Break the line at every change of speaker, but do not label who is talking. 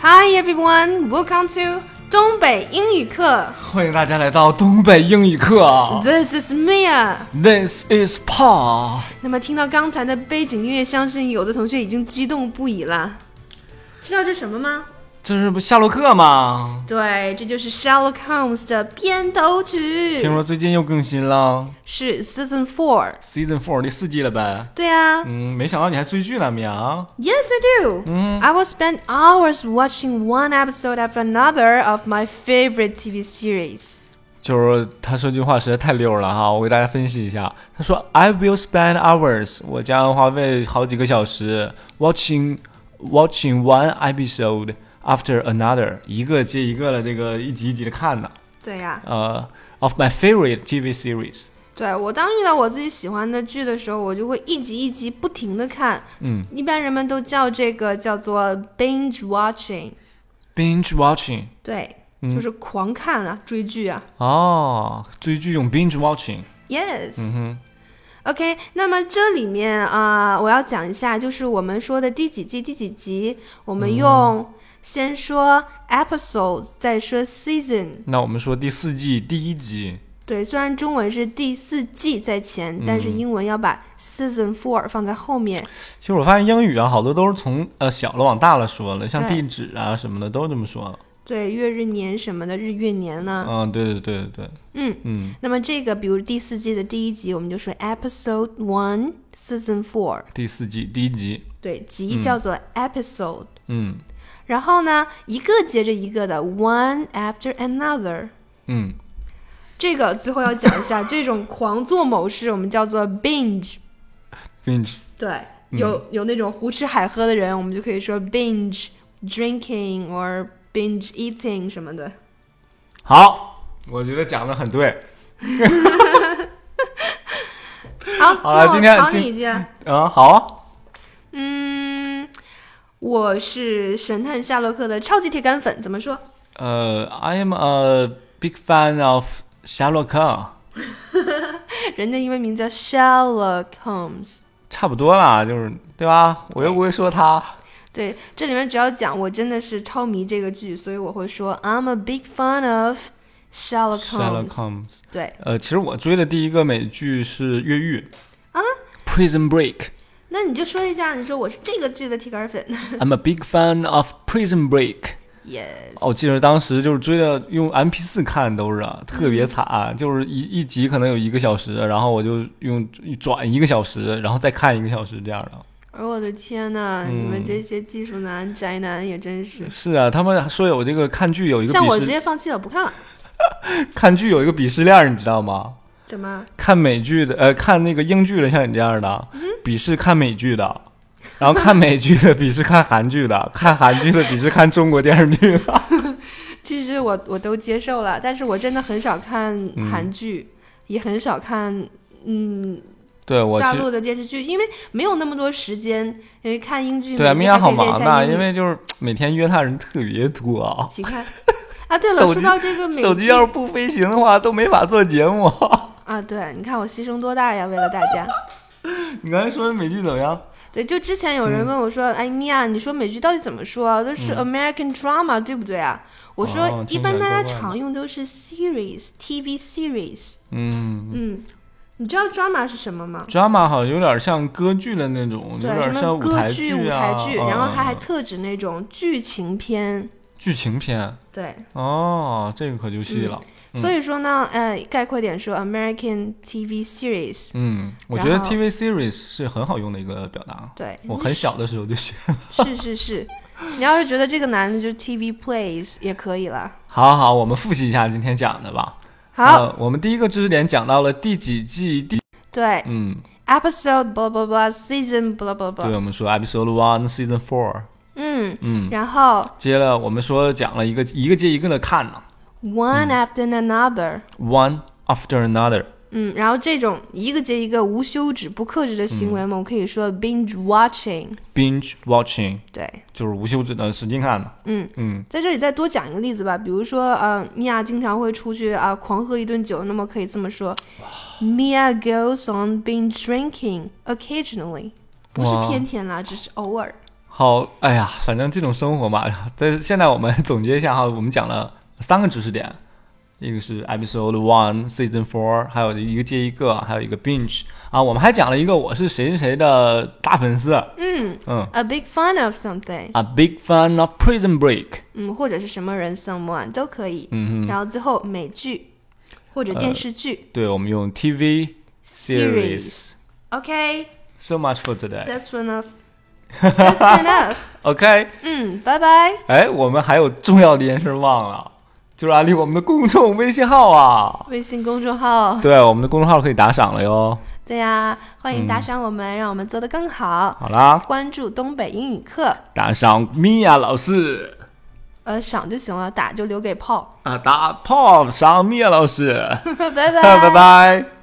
Hi everyone, welcome to 东北英语课。
欢迎大家来到东北英语课。啊
This is Mia。
This is Paul。
那么听到刚才的背景音乐，相信有的同学已经激动不已了。知道这什么吗？
这是不夏洛克吗？
对，这就是 Sherlock Holmes 的片头曲，
听说最近又更新了
是 Season Four。
Season Four 第四季了呗？
对啊、
嗯，没想到你还追剧呢，米阳。
y e s I do.、I
Mm-hmm.
will spend hours watching one episode after another of my favorite TV series.
就是他说句话实在太溜了哈，我给大家分析一下。他说：“I will spend hours，我将花费好几个小时 watching watching one episode after another，一个接一个的这个一集一集的看呢。
对呀、
呃、o f my favorite TV series，
对我当遇到我自己喜欢的剧的时候，我就会一集一集不停的看。
嗯
一般人们都叫这个叫做 binge watching，
，binge watching。
对，
嗯
就是狂看啊，追剧啊。
哦，追剧用 binge watching。
Yes，、
嗯哼，
OK，那么这里面啊、我要讲一下，就是我们说的第几季第几集，我们
嗯
用先说 episode，再说 season。
那我们说第四季第一集，
对，虽然中文是第四季在前，但
嗯
是英文要把 season four 放在后面。
其实我发现英语啊，好多都是从呃小了往大了说了，像
对
地址啊什么的都这么说了。
对，月日年什么的，日月年呢？
嗯，对对对对对，
嗯，
嗯，
那么这个比如第四季的第一集，我们就说 episode one season four，
第四季第一集，
对，集叫做 episode。
嗯
然后呢，一个接着一个的，one after another。
嗯，
这个最后要讲一 下，这种狂做某事我们叫做 binge。
binge
对，
嗯
有、有那种胡吃海喝的人，我们就可以说 binge drinking or binge eating 什么的。
好，我觉得讲的很对
好，
好了
那
今天
我考
今
你一句，
啊、好啊，
嗯，我是神探夏洛克的超级铁杆粉，怎么说？
呃，I am a big fan of Sherlock，Holmes
人家英文名叫 Sherlock Holmes。
差不多啦，就是对吧？我又不会说他。
对，这里面只要讲我真的是超迷这个剧，所以我会说 I'm a big fan of Sherlock
Sherlock
Holmes。
Holmes。
对，
呃，其实我追的第一个美剧是《越狱》啊，《Prison Break
那你就说一下，你说我是这个剧的铁杆粉。》
，I'm a big fan of Prison Break。
yes，、
哦，我记得当时就是追的用 MP 4看都是啊，
嗯
特别惨，就是一一集可能有一个小时，然后我就用转一个小时，然后再看一个小时这样的。
而我的天呐，
嗯
你们这些技术男、宅男也真是。
是啊，他们说有这个看剧有一个
像我
鄙
直
视，
接放弃了，不看了。
看剧有一个鄙视链儿，你知道吗？
怎么？
看美剧的，呃，看那个英剧的，像你这样的，鄙视看美剧的，然后看美剧的鄙视看韩剧的， 看韩剧的鄙视看中国电视剧的。
其实我我都接受了，但是我真的很少看韩
嗯
剧，也很少看嗯
对，我
大
是
陆的电视剧，因为没有那么多时间，因为看英剧。
对啊，
美
米
剧
娅
还可
好
以练一
忙
下
的，
英语
因为就是每天约她人特别多啊，
请看。啊，对了，
手
说
机
到这个美
手机要是不飞行的话都没法做节目。
啊，对，你看我牺牲多大呀，为了大家。
你刚才说的美剧怎么样？
对，就之前有人问我说：“哎，米娅，你说美剧到底怎么说？啊都是 American drama，、对不对啊？”我说：“
嗯哦
一
听起
般
来
大家
怪怪的
常用都是 series，TV series。
嗯
嗯，你知道 drama 是什么吗？
，drama 好像有点像歌剧的那种，有
对，
点
什么
像
歌
台
剧、
啊，
舞台剧，
嗯
然后它还特指那种剧情片。
剧情片。
对，
哦，这个可就细了。
所以说呢，呃，概括点说，American TV series。
嗯，我觉得
然后哎
TV series 是很好用的一个表达。
对，
我很小的时候就学。
是是是，你要是觉得这个难的，就 TV plays 也可以了。
好好，我们复习一下今天讲的吧。
好，
呃我们第一个知识点讲到了第几季第，
对
嗯，
，episode blah blah blah season blah blah
对，
blah，
我们说 episode one season four，
嗯，
嗯，
然后
接了我们说讲了一个一个接一个的看呢嗯
one after another，
，one after another，
嗯，然后这种一个接一个无休止、不克制的行
嗯
为嘛，我们可以说 binge watching。
binge watching
对，
就是无休止的使劲看的，
嗯
嗯，
在这里再多讲一个例子吧，比如说，呃，米娅经常会出去啊、狂喝一顿酒，那么可以这么说，Mia goes on binge drinking occasionally，不是
哇
天天啦，只是偶尔。
好，哎呀，反正这种生活嘛， 在现在我们 总结一下哈，我们讲了三个知识点，一个是 episode one season four，还有一个接一个，还有一个 binge 啊，我们还讲了一个我是谁谁谁的大粉丝，
嗯
嗯
，a big fan of something，
，a big fan of Prison Break，
嗯，或者是什么人 someone 都可以。
嗯哼，
然后最后美剧或者电视剧、
对，我们用 TV
series。
series。哎
OK,
So much for today.
that's enough. That's enough.
OK，
嗯，拜拜。
哎，我们还有重要的一件事忘了，就是安利我们的公众微信号啊。
微信公众号，
对，我们的公众号可以打赏了哟。
对呀、欢
嗯
迎打赏我们，让我们做得更好。
好啦，
关注东北英语课，
打赏米娅老师
呃，赏就行了，打就留给炮。
啊，打 pop 赏米娅老师，
拜拜，
拜拜。